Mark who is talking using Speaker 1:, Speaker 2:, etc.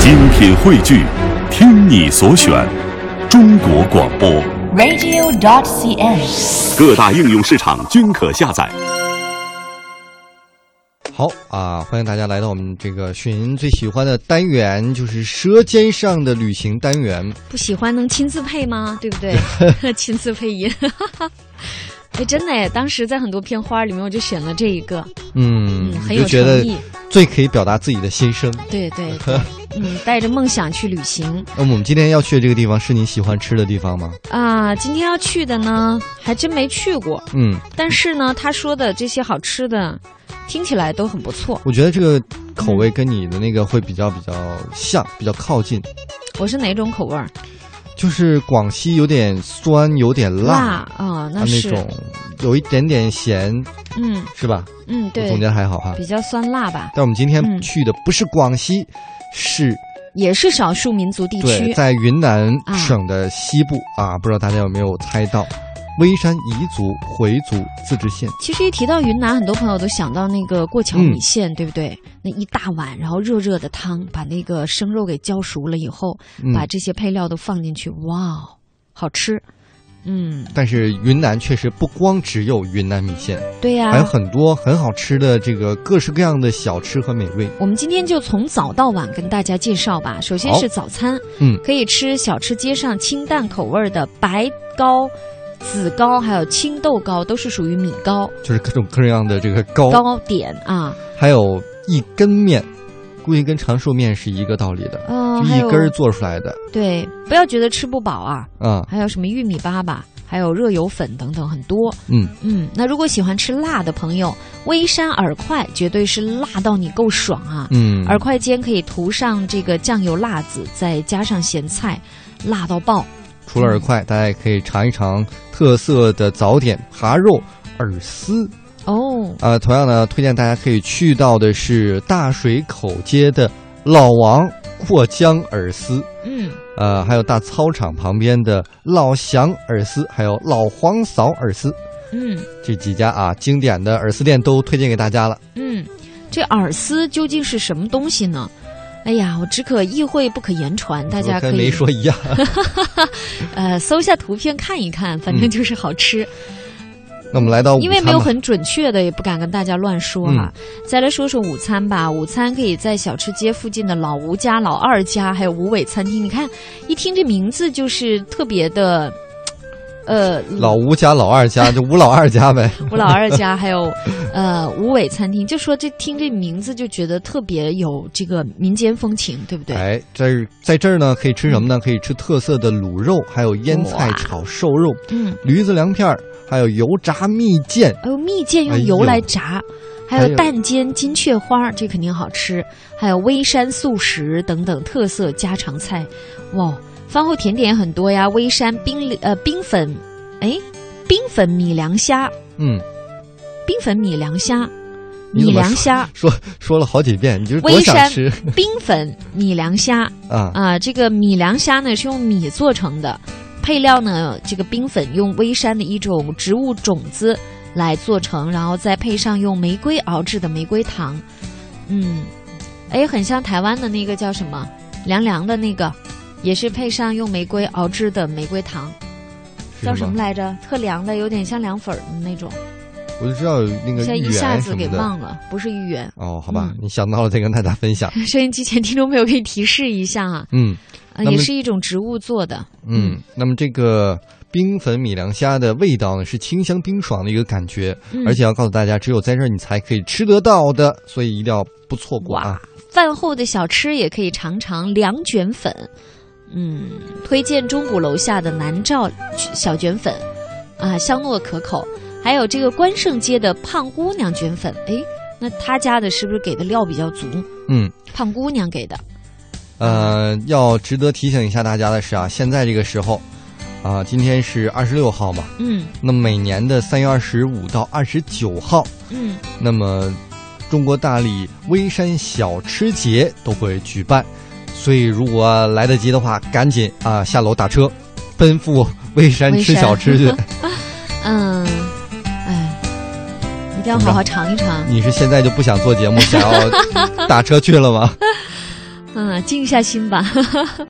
Speaker 1: 精品汇聚，听你所选，中国广播。
Speaker 2: radio.cn。
Speaker 1: 各大应用市场均可下载。
Speaker 3: 好啊，欢迎大家来到我们这个雪您最喜欢的单元，就是《舌尖上的旅行》单元。
Speaker 4: 不喜欢能亲自配 吗？对不对？亲自配音， 哎，真的哎，当时在很多片花里面，我就选了这一个，
Speaker 3: 嗯，
Speaker 4: 嗯，很
Speaker 3: 你就
Speaker 4: 有
Speaker 3: 觉
Speaker 4: 诚
Speaker 3: 得
Speaker 4: 意，
Speaker 3: 最可以表达自己的心声。
Speaker 4: 对对 对，嗯，带着梦想去旅行
Speaker 3: 那么我们今天要去的这个地方是你喜欢吃的地方吗？
Speaker 4: 啊、今天要去的呢，还真没去过，
Speaker 3: 嗯，
Speaker 4: 但是呢，他说的这些好吃的，听起来都很不错。
Speaker 3: 我觉得这个口味跟你的那个会比较比较像，比较靠近，
Speaker 4: 我是哪种口味儿？
Speaker 3: 就是广西有点酸，有点辣，
Speaker 4: 啊、哦
Speaker 3: 啊
Speaker 4: 那
Speaker 3: 那
Speaker 4: 是，
Speaker 3: 种有一点点咸，
Speaker 4: 嗯
Speaker 3: 是吧？
Speaker 4: 嗯，
Speaker 3: 我
Speaker 4: 对
Speaker 3: 总，结得还好哈。
Speaker 4: 比较酸辣吧，
Speaker 3: 但我们今天
Speaker 4: 嗯
Speaker 3: 去的不是广西，是
Speaker 4: 也是少数民族地
Speaker 3: 对，
Speaker 4: 区。
Speaker 3: 在云南
Speaker 4: 啊
Speaker 3: 省的西部啊不知道大家有没有猜到，微山彝族回族自治县。
Speaker 4: 其实一提到云南，很多朋友都想到那个过桥米线，
Speaker 3: 嗯
Speaker 4: 对不对？那一大碗，然后热热的汤，把那个生肉给浇熟了以后，
Speaker 3: 嗯，
Speaker 4: 把这些配料都放进去，哇哦，好吃！嗯，
Speaker 3: 但是云南确实不光只有云南米线，
Speaker 4: 对呀、
Speaker 3: 还有很多很好吃的这个各式各样的小吃和美味。
Speaker 4: 我们今天就从早到晚跟大家介绍吧。首先
Speaker 3: 好
Speaker 4: 是早餐，
Speaker 3: 嗯
Speaker 4: 可以吃小吃街上清淡口味儿的白糕、紫糕，还有青豆糕，都是属于米糕
Speaker 3: 就是各种各样的这个糕，
Speaker 4: 糕点啊。
Speaker 3: 还有一根面，估计跟长寿面是一个道理的，
Speaker 4: 嗯、
Speaker 3: 就
Speaker 4: 还
Speaker 3: 一
Speaker 4: 有
Speaker 3: 根儿做出来的
Speaker 4: 对，不要觉得吃不饱啊，
Speaker 3: 啊，
Speaker 4: 还有什么玉米粑粑，还有热油粉等等很多。
Speaker 3: 嗯，
Speaker 4: 嗯，那如果喜欢吃辣的朋友，微山饵块绝对是辣到你够爽啊！
Speaker 3: 嗯，
Speaker 4: 饵块间可以涂上这个酱油辣子，再加上咸菜，辣到爆。
Speaker 3: 除了饵块，大家也可以尝一尝特色的早点扒肉饵丝。
Speaker 4: 哦，
Speaker 3: 啊，同样呢，推荐大家可以去到的是大水口街的老王过江饵丝，
Speaker 4: 嗯，
Speaker 3: 呃，还有大操场旁边的老祥饵丝，还有老黄嫂饵丝，
Speaker 4: 嗯
Speaker 3: 这几家啊经典的饵丝店都推荐给大家了。
Speaker 4: 嗯，这饵丝究竟是什么东西呢？哎呀，我只可意会不可言传，大家
Speaker 3: 我跟
Speaker 4: 可
Speaker 3: 没
Speaker 4: 以
Speaker 3: 说一样。
Speaker 4: 呃搜一下图片看一看，反
Speaker 3: 嗯
Speaker 4: 正就是好吃。
Speaker 3: 那我们来哦到午
Speaker 4: 因为
Speaker 3: 餐嗯
Speaker 4: 没有
Speaker 3: 吧
Speaker 4: 很准确的，也不敢跟大家乱说哈、再来说说午餐吧，午餐可以在小吃街附近的老吴家、老二家，还有吴伟餐厅。你看，一听这名字就是特别的， 呃，
Speaker 3: 老吴家、老二 家，就吴老二家呗。
Speaker 4: 吴老二家，还有呃吴伟餐厅，就说这听这名字就觉得特别有这个民间风情，对不对？嗯
Speaker 3: 哎，这儿在这儿呢，可以吃什么呢？可以吃特色的卤肉，还有腌菜
Speaker 4: 哇
Speaker 3: 炒瘦肉、
Speaker 4: 嗯，
Speaker 3: 驴子凉片儿，还有油炸蜜饯。
Speaker 4: 还有蜜饯用油来炸，
Speaker 3: 哎呦
Speaker 4: 还有蛋煎金雀花，这肯定好吃。还有微山素食等等特色家常菜，哇！饭后甜点也很多呀，微山冰呃冰粉，哎，冰粉米凉虾，
Speaker 3: 嗯，
Speaker 4: 冰粉米凉虾，
Speaker 3: 你
Speaker 4: 米
Speaker 3: 怎么
Speaker 4: 凉虾，
Speaker 3: 说说了好几遍，你就是多
Speaker 4: 微
Speaker 3: 想
Speaker 4: 山
Speaker 3: 吃
Speaker 4: 冰粉米凉虾
Speaker 3: 啊！
Speaker 4: 啊、这个米凉虾呢是用米做成的，配料呢这个冰粉用微山的一种植物种子来做成，然后再配上用玫瑰熬制的玫瑰糖，嗯，哎，很像台湾的那个叫什么凉凉的那个，也是配上用玫瑰熬制的玫瑰糖，
Speaker 3: 是
Speaker 4: 叫
Speaker 3: 什
Speaker 4: 什
Speaker 3: 么
Speaker 4: 么来着？特凉的，有点像凉粉儿的那种，
Speaker 3: 我就知道有那个
Speaker 4: 现在
Speaker 3: 芋
Speaker 4: 一下
Speaker 3: 圆
Speaker 4: 子
Speaker 3: 什
Speaker 4: 给
Speaker 3: 么的。
Speaker 4: 忘了，不是芋圆。
Speaker 3: 哦，好吧
Speaker 4: 嗯，
Speaker 3: 你想到了再跟大家分享。
Speaker 4: 收音机前听众朋友可以提示一下啊，
Speaker 3: 嗯
Speaker 4: 呃
Speaker 3: 那么
Speaker 4: 也是一种植物做的，
Speaker 3: 嗯，那么这个冰粉米凉虾的味道呢，是清香冰爽的一个感觉，
Speaker 4: 嗯
Speaker 3: 而且要告诉大家，只有在这儿你才可以吃得到的，所以一定要不错过啊！
Speaker 4: 饭后的小吃也可以尝尝凉卷粉，嗯，推荐钟鼓楼下的南诏小卷粉，啊，香糯可口。还有这个关圣街的胖姑娘卷粉，诶，那他家的是不是给的料比较足？
Speaker 3: 嗯。
Speaker 4: 胖姑娘给的，
Speaker 3: 呃，要值得提醒一下大家的是啊，现在这个时候，啊、今天是二十六号嘛，
Speaker 4: 嗯
Speaker 3: 那么每年的三月二十五到二十九号，
Speaker 4: 嗯，
Speaker 3: 那么中国大理微山小吃节都会举办，所以如果来得及的话，赶紧啊、下楼打车，奔赴微山
Speaker 4: 微
Speaker 3: 吃
Speaker 4: 山
Speaker 3: 小吃去。
Speaker 4: 嗯，哎，一定要好好尝一尝。
Speaker 3: 你是现在就不想做节目，想要打车去了吗？
Speaker 4: 嗯，静一下心吧。